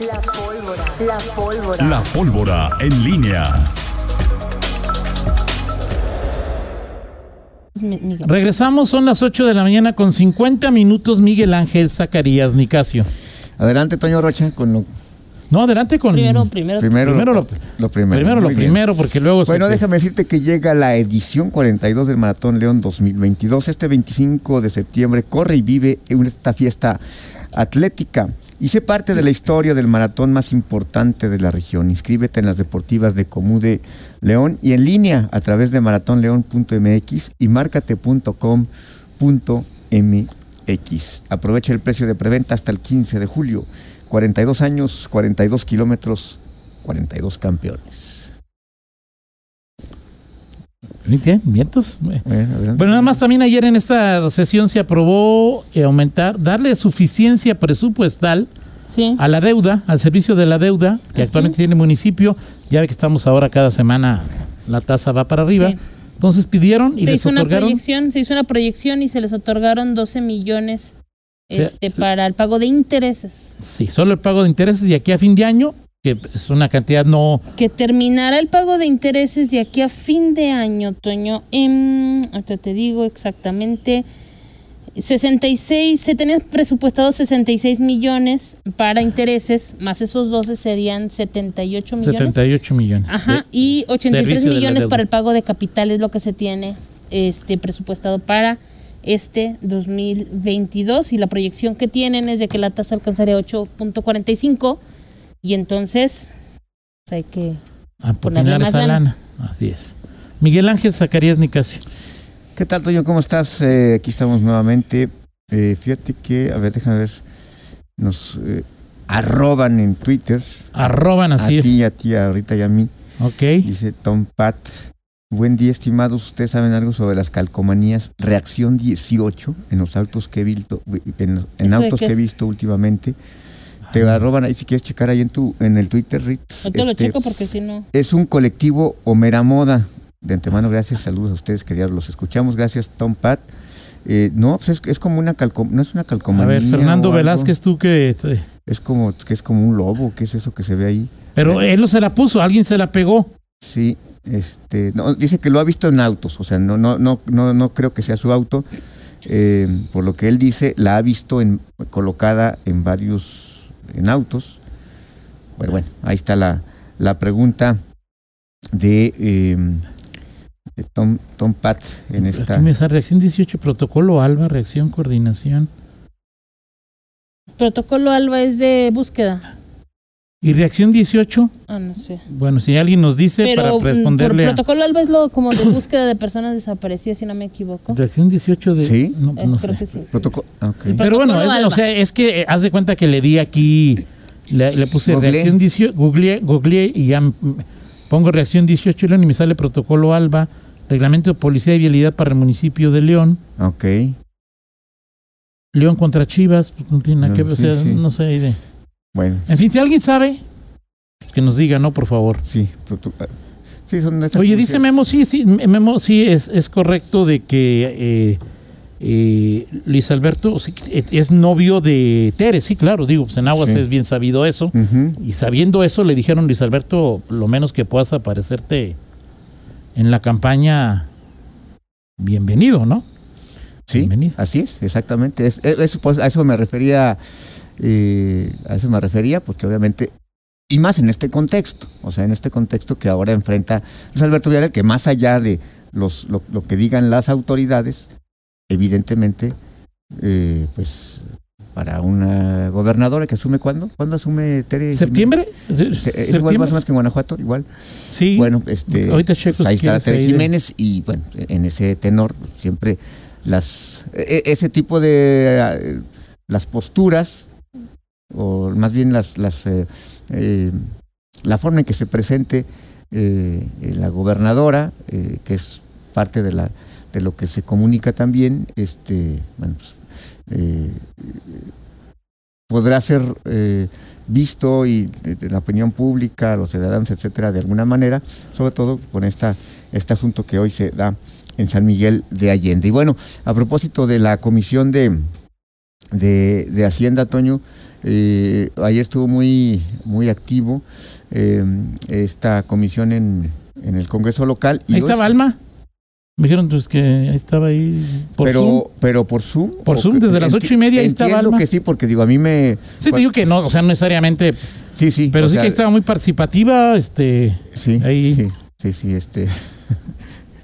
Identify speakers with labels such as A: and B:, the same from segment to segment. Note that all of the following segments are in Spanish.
A: La pólvora. La pólvora.
B: La pólvora en línea.
C: Mi- Miguel.
D: Regresamos, son las 8 de la mañana con 50 minutos, Miguel Ángel Zacarías Nicasio.
E: Adelante, Toño Rocha, con lo
D: No, adelante con...
C: Primero, primero.
E: primero.
D: Primero
E: lo,
D: lo-
E: lo primero.
D: primero lo
E: Muy bien.
D: primero, porque luego se-
E: Bueno,
D: se-
E: déjame decirte que llega la edición 42 del Maratón León 2022. Este 25 de septiembre corre y vive en esta fiesta atlética. Hice parte de la historia del maratón más importante de la región. Inscríbete en las deportivas de Comude León y en línea a través de maratonleón.mx y márcate.com.mx. Aprovecha el precio de preventa hasta el 15 de julio. 42 años, 42 kilómetros, 42 campeones.
D: ¿Qué? ¿Vientos? Bueno,
E: Bueno, adelante.
D: Bueno, nada más también ayer en esta sesión se aprobó eh, aumentar, darle suficiencia presupuestal
C: Sí.
D: a la deuda, al servicio de la deuda que actualmente tiene el municipio. Ya ve que estamos ahora cada semana, la tasa va para arriba.
C: Sí.
D: Entonces pidieron y
C: se
D: les
C: hizo una
D: otorgaron.
C: proyección, se hizo una proyección y se les otorgaron 12 millones
D: Sí.
C: este para el pago de intereses.
D: Sí, solo el pago de intereses y aquí a fin de año, que es una cantidad no.
C: Que terminará el pago de intereses de aquí a fin de año, Toño. En, ahorita te digo exactamente 66, se tenían presupuestado 66 millones para intereses, más esos 12 serían 78 millones.
D: 78 millones. Eh,
C: Ajá,
D: de-
C: y 83
D: servicio de la
C: millones
D: deuda.
C: para el pago de capital es lo que se tiene este presupuestado para este 2022 y la proyección que tienen es de que la tasa alcanzaría 8.45 y entonces pues, hay que
D: a
C: ponerle
D: poner
C: más
D: ah, esa
C: lana.
D: lana. Así es. Miguel Ángel Zacarías Nicasio.
E: ¿Qué tal, Toño? ¿Cómo estás? Eh, aquí estamos nuevamente. Eh, fíjate que, a ver, déjame ver. Nos eh, arroban en Twitter.
D: Arroban así
E: a
D: es.
E: ti, a ti, a Rita y a mí.
D: Ok.
E: Dice Tom Pat. Buen día, estimados. ¿Ustedes saben algo sobre las calcomanías? Reacción 18 en los autos que he visto, en, en
C: ¿Eso de
E: autos
C: qué
E: que he
C: es? Ah.
E: visto últimamente. Te arroban ahí si quieres checar ahí en tu, en el Twitter, Ritz.
C: ahorita lo
E: Este,
C: checo porque si no
E: es un colectivo o mera moda. De antemano, gracias, saludos a ustedes que diario los escuchamos. Gracias, Tom Pat. Eh, no, pues es, es como una calco, no es una calcomanía.
D: A ver, Fernando
E: o algo.
D: Velázquez, tú que. este, te-
E: Es como, que es como un lobo, ¿qué es eso que se ve ahí?
D: Pero él no se la puso, alguien se la pegó.
E: Sí, este, no, dice que lo ha visto en autos, o sea, no, no, no, no, no creo que sea su auto. Eh, por lo que él dice, la ha visto en, colocada en varios, en autos. Bueno, bueno, ahí está la, la pregunta de, eh, de Tom, Tom Pat en esta.
D: Aquí me sale reacción 18, protocolo ALBA, reacción, coordinación.
C: protocolo ALBA es de búsqueda
D: Y reacción 18,
C: ah no sé
D: bueno, si alguien nos dice
C: pero
D: para
C: mm, por
D: responderle. a-
C: protocolo ALBA es lo como de búsqueda de personas desaparecidas si no me equivoco
D: Reacción 18 de.
E: ¿Sí?
D: No, pues
C: Eh,
D: no
C: creo
D: sé.
C: que sí
E: Protoco- ah, ok.
C: El
D: Pero bueno,
C: protocolo
D: es- o
C: ALBA.
D: sea, es que eh, haz de cuenta que le di aquí, le, le puse
E: Googleé.
D: reacción 18, googleé, googleé y ya m- m- pongo reacción 18 y luego ni me sale protocolo ALBA, reglamento de policía y vialidad para el municipio de León,
E: Ok.
D: León contra Chivas, pues no tiene nada
E: No,
D: que ver,
E: Ah, sí,
D: o sea,
E: sí.
D: no sé. ahí de-
E: Bueno,
D: En fin, si alguien sabe, que nos diga, ¿no? Por favor.
E: sí. proto- ah, sí, son de estas
D: Oye,
E: cosas.
D: dice Memo, sí, sí, Memo, sí, es, es correcto de que eh, eh, Luis Alberto sí, es novio de Tere, sí, claro, digo, pues en Aguas
E: Sí.
D: es bien sabido eso.
E: Ujú.
D: Y sabiendo eso, le dijeron, Luis Alberto, lo menos que puedas aparecerte en la campaña, bienvenido, ¿no?
E: Sí,
D: Bienvenido.
E: así es, exactamente. Es, es- eso, pues, a eso me refería, eh, a eso me refería, porque obviamente, y más en este contexto, o sea, en este contexto que ahora enfrenta Luis Alberto Villarreal, que más allá de los, lo, lo que digan las autoridades, evidentemente, eh, pues para una gobernadora que asume cuándo, ¿cuándo asume Tere?
D: ¿Septiembre?
E: Se- es igual más o
D: ¿Septiembre?
E: menos que en Guanajuato, igual.
D: Sí,
E: Bueno, este,
D: Ahorita checo
E: pues ahí
D: si
E: está la
D: quieres
E: Tere
D: ahí de-
E: Jiménez y bueno, en ese tenor pues, siempre las e- e- ese tipo de eh, las posturas o más bien las las eh, eh, la forma en que se presente eh, eh, la gobernadora eh, que es parte de la de lo que se comunica también este bueno pues, eh, podrá ser eh, visto y de- de la opinión pública, los ciudadanos, etcétera, de alguna manera, sobre todo con esta, este asunto que hoy se da en San Miguel de Allende. Y bueno, a propósito de la comisión de, de, de Hacienda, Toño, Eh, ayer estuvo muy, muy activo eh, esta comisión en, en el Congreso local.
D: Ahí
E: hoy-
D: estaba Alma. Me dijeron pues, que estaba ahí por
E: pero,
D: Zoom.
E: pero por Zoom.
D: Por
E: o
D: Zoom,
E: que-
D: desde las
E: enti-
D: ocho y media ahí estaba
E: Entiendo
D: Alma.
E: que sí, porque digo, a mí me.
D: Sí, te digo que no, o sea, no necesariamente,
E: Sí, sí.
D: pero
E: o
D: sí
E: sea,
D: que estaba muy participativa, este,
E: Sí,
D: ahí.
E: sí, sí, sí, este.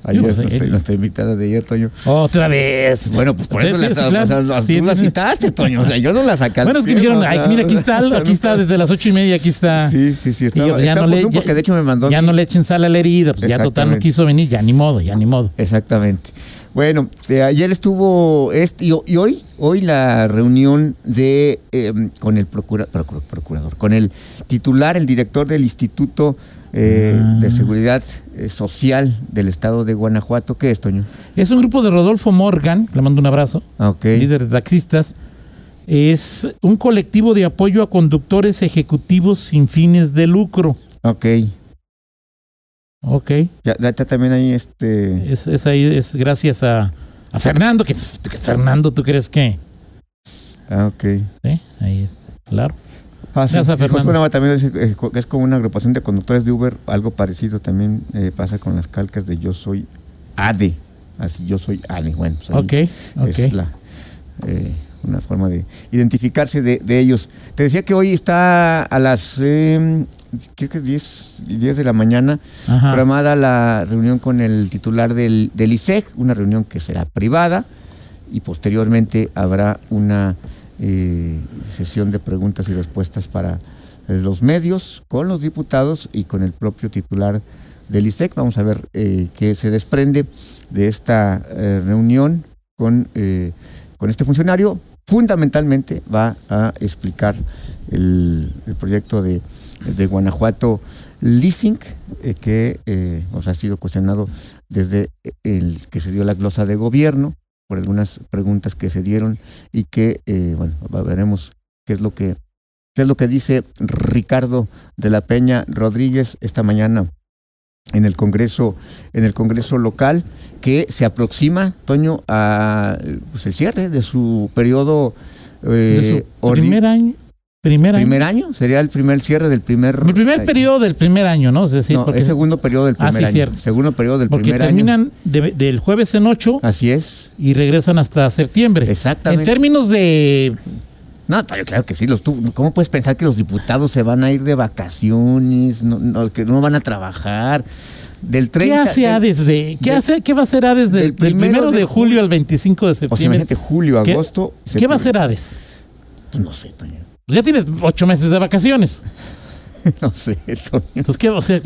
E: Ayer,
D: pues,
E: nuestra,
D: él-
E: nuestra invitada de ayer, Toño.
D: otra vez.
E: Bueno, pues por
D: Sí,
E: eso
D: sí,
E: la,
D: sí,
E: tra-
D: claro.
E: o sea, tú
D: Sí,
E: la
D: sí, sí.
E: citaste, Toño. O sea, yo no la sacaste.
D: Bueno, es que me dijeron, ay, mira, aquí está, aquí está desde las ocho y media, aquí está.
E: Sí, sí, sí.
D: Y
E: Estaba,
D: yo, ya
E: estaba
D: no
E: por
D: le,
E: Zoom porque
D: ya-
E: de hecho me mandó.
D: ya no le echen sal a la herida, pues ya total no
E: Exactamente.
D: quiso venir, ya ni modo, ya ni modo.
E: Exactamente. Bueno, eh, ayer estuvo este, y, ho- y hoy, hoy la reunión de eh, con el procura- procura- procurador, con el titular, el director del Instituto eh,
D: Ah.
E: de Seguridad eh, Social del Estado de Guanajuato, ¿qué es, Toño?
D: Es un grupo de Rodolfo Morgan, le mando un abrazo,
E: Ah, ok.
D: líder de taxistas. Es un colectivo de apoyo a conductores ejecutivos sin fines de lucro.
E: Ok.
D: Ok,
E: Ya, ya está también ahí este.
D: es, es ahí, es gracias a, a Fernando, que, que Fernando, ¿tú crees que?
E: Ah, ok.
D: Sí, ahí está, claro.
E: Ah, sí.
D: Gracias,
E: Y Jos
D: Fernando.
E: Cuerva también es, eh, co- es como una agrupación de conductores de Uber, algo parecido también eh, pasa con las calcas de Yo Soy ADE. Así, Yo Soy ADE. Bueno, pues ahí-
D: Ok, ok.
E: es la, eh, una forma de identificarse de, de ellos. Te decía que hoy está a las, eh, creo que 10, 10 de la mañana,
D: Ajá.
E: programada la reunión con el titular del, del ISEC, una reunión que será privada y posteriormente habrá una eh, sesión de preguntas y respuestas para eh, los medios, con los diputados y con el propio titular del ISEC. Vamos a ver eh, qué se desprende de esta eh, reunión con, eh, con este funcionario. Fundamentalmente va a explicar el, el proyecto de, de Guanajuato Leasing, eh, que eh, o sea, ha sido cuestionado desde el que se dio la glosa de gobierno por algunas preguntas que se dieron y que, eh, bueno, va- veremos qué es lo que qué es lo que dice Ricardo de la Peña Rodríguez esta mañana en el Congreso en el Congreso local que se aproxima Toño a eh, pues, el cierre de su periodo eh,
D: de su
E: ordi-
D: primer año. Primer año.
E: primer año sería el primer cierre del primer
D: el primer periodo del primer año, ¿no? Es decir,
E: no,
D: porque,
E: es segundo periodo del
D: Ah,
E: primer
D: sí,
E: año
D: cierto.
E: segundo periodo del
D: porque
E: primer año
D: terminan de- del jueves en 8
E: así es
D: y regresan hasta septiembre.
E: Exactamente.
D: En términos de.
E: No, Toño, claro que sí. Los, tú, ¿Cómo puedes pensar que los diputados se van a ir de vacaciones, no, no, que no van a trabajar? Del 30,
D: ¿Qué hace
E: del-
D: Hades de.? ¿Qué,
E: del-
D: hace, qué va a hacer Hades del, del
E: del
D: primero,
E: primero
D: de
E: de
D: julio
E: julio
D: al 25 de
E: O sea,
D: septiembre?
E: imagínate, julio,
D: ¿Qué-
E: agosto.
D: ¿Qué va a
E: septiembre.
D: hacer Hades?
E: Pues no sé, Toño.
D: Pues ya tienes ocho meses de vacaciones.
E: No sé, Toño.
D: Entonces, ¿qué? O sea.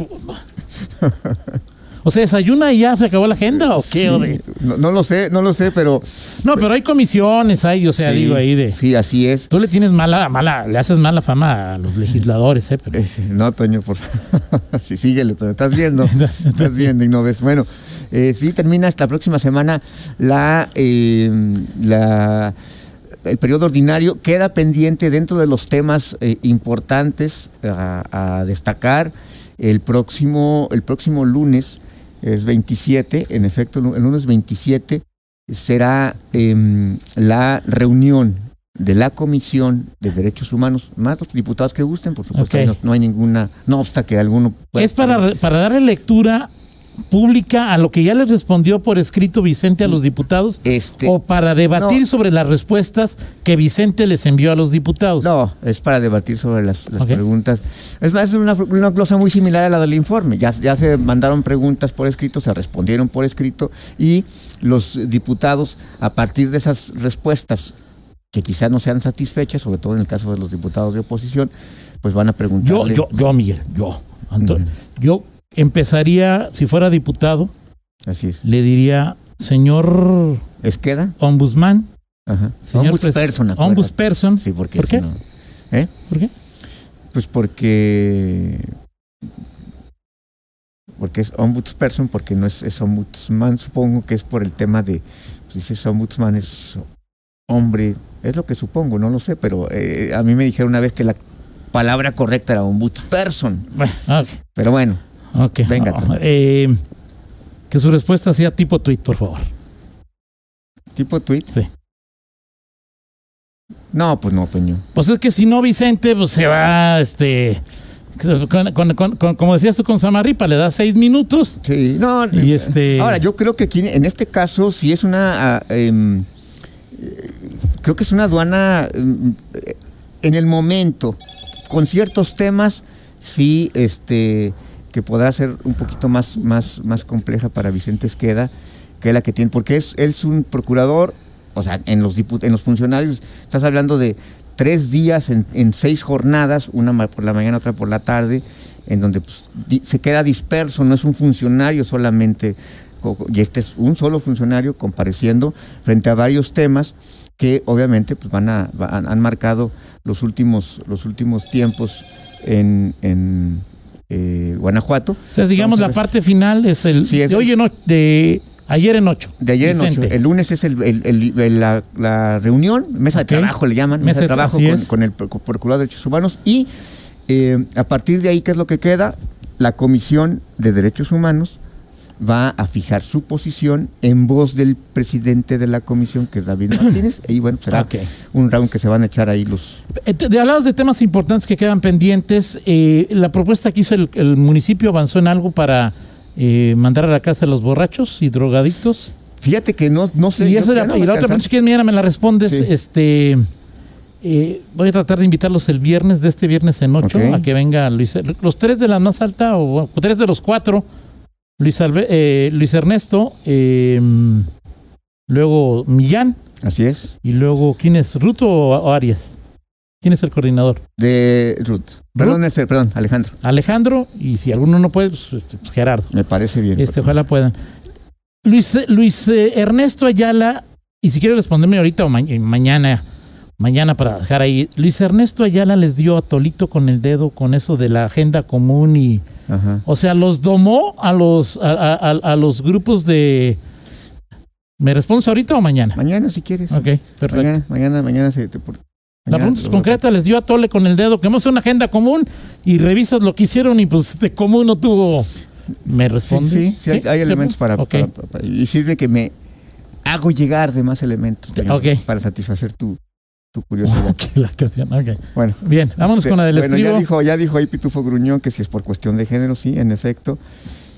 D: O sea, desayuna y ya se acabó la agenda o qué?
E: Sí,
D: O de-
E: no, no lo sé, no lo sé, pero.
D: No, pero hay comisiones, hay, o sea,
E: sí,
D: digo ahí de.
E: Sí, así es.
D: Tú le tienes mala, mala, le haces mala fama a los legisladores, ¿eh? Pero,
E: Eh, No, Toño, por Sí, síguele, Toño. Estás viendo. Estás viendo y no ves. Bueno, eh, sí termina hasta la próxima semana la, eh, la el periodo ordinario. Queda pendiente dentro de los temas eh, importantes a, a destacar el próximo, el próximo lunes, es 27, en efecto, el lunes 27 será em, la reunión de la Comisión de Derechos Humanos, más los diputados que gusten, por supuesto,
D: Ok.
E: ahí no, no hay ninguna, no obsta que alguno pueda-
D: es para, re- para darle lectura pública a lo que ya les respondió por escrito Vicente a los diputados
E: Mm, Este-
D: o para debatir
E: No.
D: sobre las respuestas que Vicente les envió a los diputados.
E: No, es para debatir sobre las, las
D: Ok.
E: preguntas. Es más, es una, una glosa muy similar a la del informe. Ya, ya se mandaron preguntas por escrito, se respondieron por escrito y los diputados, a partir de esas respuestas que quizás no sean satisfechas, sobre todo en el caso de los diputados de oposición, pues van a preguntar.
D: Yo, yo, yo, Miguel, yo,
E: Mm.
D: Antonio, yo empezaría, si fuera diputado,
E: Así es.
D: le diría, señor
E: ¿Es queda?
D: ombudsman,
E: Ajá.
D: señor pres-
E: Ombudsperson, acuérdate.
D: ombudsperson.
E: Sí, porque
D: ¿Por
E: si
D: qué?
E: no-
D: ¿Por qué?
E: Pues porque. Porque es ombudsperson, porque no es, es ombudsman, supongo que es por el tema de. pues, Si dices ombudsman es hombre, es lo que supongo, no lo sé, pero eh, a mí me dijeron una vez que la palabra correcta era ombudsperson.
D: Bueno, Ah, ok.
E: Pero bueno,
D: Ok.
E: Venga, tú.
D: Eh, que su respuesta sea tipo tweet, por favor.
E: tipo tweet.
D: Sí.
E: No, pues no, Toño.
D: Pues es que si no, Vicente, pues se va, este. con- con- con- con- como decías tú con Samarripa, le da seis minutos.
E: Sí, no.
D: Y
E: eh,
D: este-
E: Ahora, yo creo que aquí, en este caso, sí es una. ah, em, eh, creo que es una aduana em, eh, en el momento, con ciertos temas, sí, este que podrá ser un poquito más, más, más compleja para Vicente Esqueda que la que tiene, porque es, él es un procurador, o sea, en los, dipu- en los funcionarios, estás hablando de tres días en, en seis jornadas, una ma- por la mañana, otra por la tarde, en donde pues, di- se queda disperso, no es un funcionario solamente, co- co- y este es un solo funcionario compareciendo frente a varios temas que obviamente pues, van a, va- han, han marcado los últimos, los últimos tiempos en, en, eh, Guanajuato.
D: O sea, digamos, la
E: Entonces,
D: parte final es el.
E: Sí, es
D: de,
E: el-
D: hoy en o- de ayer en ocho.
E: De ayer en ocho.
D: Vicente.
E: El lunes es el, el- el- el- la, la reunión, mesa
D: Ok.
E: de trabajo le llaman,
D: Mesa
E: mesa,
D: de
E: de trabajo
D: tra- así
E: con,
D: es.
E: con el Pro- Procurador de Derechos Humanos. Y eh, a partir de ahí, ¿qué es lo que queda? La Comisión de Derechos Humanos va a fijar su posición en voz del presidente de la comisión, que es David Martínez. y bueno, será
D: Ok.
E: un round que se van a echar ahí los...
D: Eh, te- De hablabas de temas importantes que quedan pendientes. eh, la propuesta que hizo el, el municipio avanzó en algo para eh, mandar a la casa a los borrachos y drogadictos.
E: Fíjate que no, no sé...
D: y
E: yo
D: esa
E: ya
D: era-
E: no
D: y
E: me
D: la otra
E: alcanzaron.
D: pregunta, si quieres, mira, me la respondes.
E: Sí.
D: Este, eh, voy a tratar de invitarlos el viernes, de este viernes en 8,
E: Ok.
D: a que venga Luis. Los tres de la más alta, o bueno, tres de los cuatro: Luis, Albe- eh, Luis Ernesto, eh, luego Millán
E: Así es,
D: y luego, ¿quién es? ¿Ruto o o Arias? ¿Quién es el coordinador?
E: de Ruth. Perdón, este, perdón, Alejandro,
D: Alejandro y si alguno no puede, pues, este, pues, Gerardo.
E: me parece bien.
D: Este, ojalá puedan. Luis, Luis eh, Ernesto Ayala, y si quiero responderme ahorita o ma- eh, mañana, mañana para dejar ahí. Luis Ernesto Ayala les dio a Tolito con el dedo con eso de la agenda común y,
E: Ajá.
D: o sea, los domó a los, a, a- a- a los grupos de... ¿Me respondes ahorita o mañana?
E: Mañana si quieres.
D: Ok, perfecto.
E: Mañana, mañana, mañana se te por-
D: La
E: mañana
D: pregunta es
E: lo-
D: concreta, les dio a Tole con el dedo, que no sea una agenda común y revisas lo que hicieron y pues de común no tuvo... ¿Me
E: Sí,
D: responde?
E: sí, sí, hay, hay
D: ¿Sí?
E: elementos para,
D: Ok.
E: para- para- Y sirve que me hago llegar de más elementos Toño,
D: Ok.
E: para satisfacer tu, tu curiosidad.
D: Ok, la canción, ok.
E: Bueno.
D: Bien, vámonos
E: Este,
D: con la del
E: bueno, ya
D: estribo.
E: dijo, ya dijo ahí Pitufo Gruñón que si es por cuestión de género, sí, en efecto.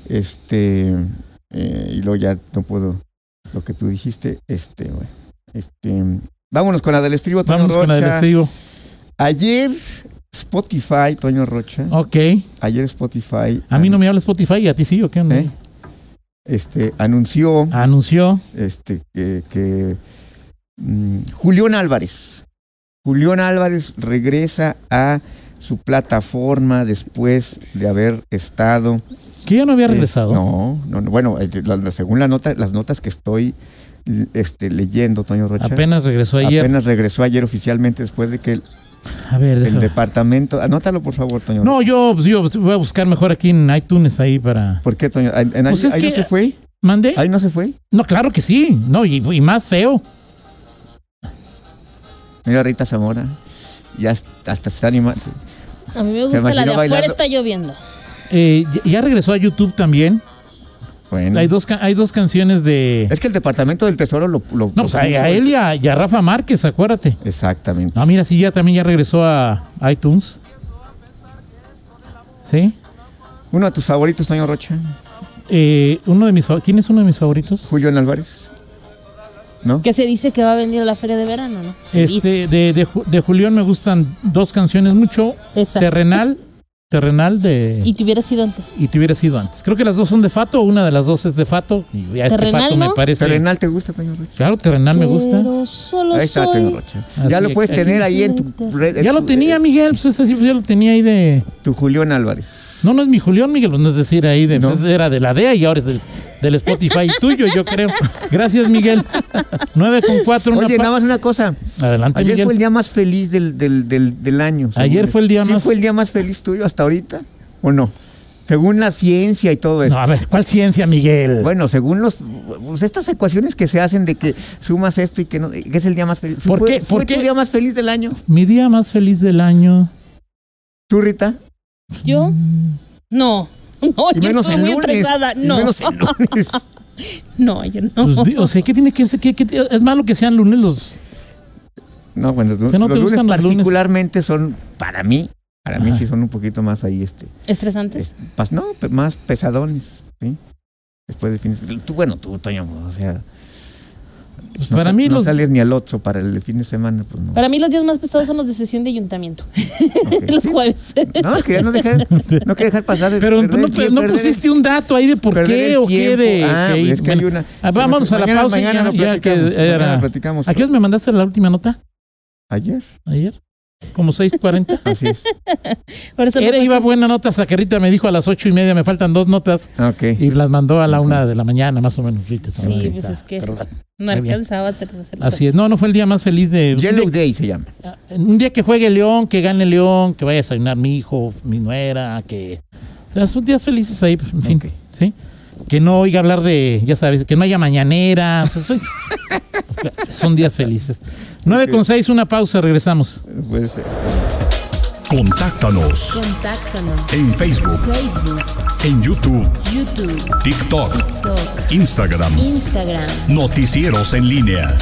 E: Este eh, y luego ya no puedo lo que tú dijiste, este, bueno, este vámonos con la del estribo, Toño
D: Vámonos con la del
E: Rocha.
D: estribo.
E: Ayer Spotify, Toño Rocha,
D: Ok.
E: ayer Spotify.
D: A mí no me habla Spotify y a ti sí, ¿o qué?
E: ¿Eh? este, anunció
D: Anunció.
E: este, que, que, mm, Julián Álvarez. Julián Álvarez regresa a su plataforma después de haber estado.
D: Que ya no había
E: es-
D: regresado.
E: no, no, no, bueno, eh, la- la- según la nota, las notas que estoy l- este, leyendo, Toño Rocha.
D: Apenas regresó ayer.
E: apenas regresó ayer oficialmente después de que el,
D: A ver,
E: el
D: déjalo.
E: departamento. Anótalo, por favor, Toño. Rocha.
D: No, yo, pues, yo voy a buscar mejor aquí en iTunes ahí para...
E: ¿Por qué, Toño? ¿Ahí, en- ahí-
D: Pues es
E: ahí
D: que-
E: no se fue?
D: ¿Mande?
E: ¿Ahí no se fue?
D: No, claro que sí. No, y, y más feo.
E: Mira, Rita Zamora. Ya hasta hasta se está animando.
C: A mí me gusta la de
E: imagino
C: afuera
E: bailando.
C: está lloviendo.
D: Eh, ya- ya regresó a YouTube también.
E: Bueno.
D: Hay dos, ca- hay dos canciones de...
E: Es que el Departamento del Tesoro lo... lo-
D: No,
E: lo
D: pues a,
E: puso-
D: a él y a, y a Rafa Márquez, acuérdate.
E: Exactamente.
D: No, mira, sí, ya también ya regresó a iTunes. ¿Sí?
E: Uno de tus favoritos, señor Rocha.
D: Eh, uno de mis, fa- ¿Quién es uno de mis favoritos?
E: Julián Álvarez. ¿No?
C: Que se dice que va a venir a la feria de verano, ¿no? Se dice.
D: Este, de, de, Ju- de Julián me gustan dos canciones mucho.
C: Esa.
D: Terrenal, Terrenal de...
C: Y te hubiera sido antes.
D: Y te hubiera sido antes. Creo que las dos son de Fato, una de las dos es de Fato. Y ya este
C: Terrenal,
D: Fato me
C: ¿no?
D: parece...
E: Terrenal te gusta, señor Rocha.
D: Claro, Terrenal me gusta.
C: Pero solo
E: Ahí está, señor
C: soy.
E: Rocha.
D: Así
E: Ya lo
D: es.
E: puedes tener ahí en tu... red- en
D: Ya lo
E: tu-
D: tenía, Miguel, pues ese sí, pues, ya lo tenía ahí de...
E: Tu Julián Álvarez.
D: No, no es mi Julián Miguel, no es decir ahí, de,
E: No.
D: pues, era de la DEA y ahora es del, del Spotify tuyo, yo creo. Gracias, Miguel. 9 con 4. una
E: Oye,
D: pa-
E: nada más una cosa.
D: Adelante,
E: Ayer
D: Miguel.
E: fue el día más feliz del, del, del, del año. según
D: Ayer
E: él.
D: fue el día
E: ¿Sí
D: más-
E: fue el día más feliz tuyo hasta ahorita? ¿O no? Según la ciencia y todo eso.
D: No, a ver, ¿cuál ciencia, Miguel?
E: Bueno, según los pues, estas ecuaciones que se hacen de que sumas esto y que no, que es el día más feliz.
D: ¿Por
E: ¿Fue,
D: qué?
E: fue
D: ¿Por
E: tu
D: qué?
E: día más feliz del año?
D: Mi día más feliz del año.
E: ¿Tú, Rita?
C: Yo. No. No,
E: Y
C: yo
E: menos
C: estoy
E: el
C: muy
E: lunes.
C: estresada.
E: y
C: No.
E: menos el lunes.
C: No, yo no.
D: Pues, di- o sea, ¿qué tiene que ser? ¿Qué- qué- es malo que sean lunes los.
E: No, bueno,
D: sea, ¿no te
E: los lunes
D: gustan los lunes?
E: particularmente son, para mí, para mí
D: Ajá.
E: sí son un poquito más ahí, este,
C: ¿Estresantes?
E: es- pas- no, pe- más pesadones, ¿sí? Después de fines, tú, bueno, tú, Toño, o sea,
D: Pues
E: no
D: para
E: sa-
D: mí
E: no
D: los,
E: sales ni al otro para el fin de semana, pues no.
C: Para mí los días más pesados son los de sesión de ayuntamiento,
E: ok.
C: los jueves.
E: No, es que ya no dejar, no quiero dejar pasar. de
D: Pero
E: perder
D: no,
E: el tiempo,
D: no
E: perder el-
D: pusiste un dato ahí de por
E: perder
D: qué
E: el
D: o qué
E: tiempo.
D: de.
E: Ah,
D: que-
E: pues es que hay una-
D: Ah, vámonos a la
E: Mañana-
D: pausa. y
E: mañana
D: ya-
E: lo
D: ya que
E: platicamos,
D: era-
E: mañana lo platicamos,
D: ¿A qué hora me mandaste la última nota?
E: Ayer,
D: ¿Ayer? ¿Como 6.40?
E: así es.
C: Por eso
D: Era,
C: no-
D: iba buena nota hasta que Rita me dijo a las ocho y media, me faltan dos notas.
E: Ah, Ok.
D: Y las mandó a la una de la mañana, más o menos, Rita.
C: Sí,
D: Ahí
C: pues
D: está.
C: es que
D: Pero-
C: no
D: Muy bien.
C: alcanzaba a tercer-
D: Así es. No, no fue el día más feliz de.
E: Yellow
D: un, día,
E: Day se llama.
D: un día que juegue León, que gane León, que vaya a desayunar mi hijo, mi nuera, que. O sea, son días felices ahí, en fin.
E: Ok.
D: ¿Sí? Que no oiga hablar de, ya sabes, que no haya mañanera. o sea, son- son días felices. 9 con 6, una pausa, regresamos.
E: Puede ser.
B: Contáctanos
A: Contáctanos.
B: en Facebook,
A: Facebook,
B: en YouTube,
A: YouTube,
B: TikTok,
A: TikTok,
B: Instagram,
A: Instagram.
B: Noticieros en línea.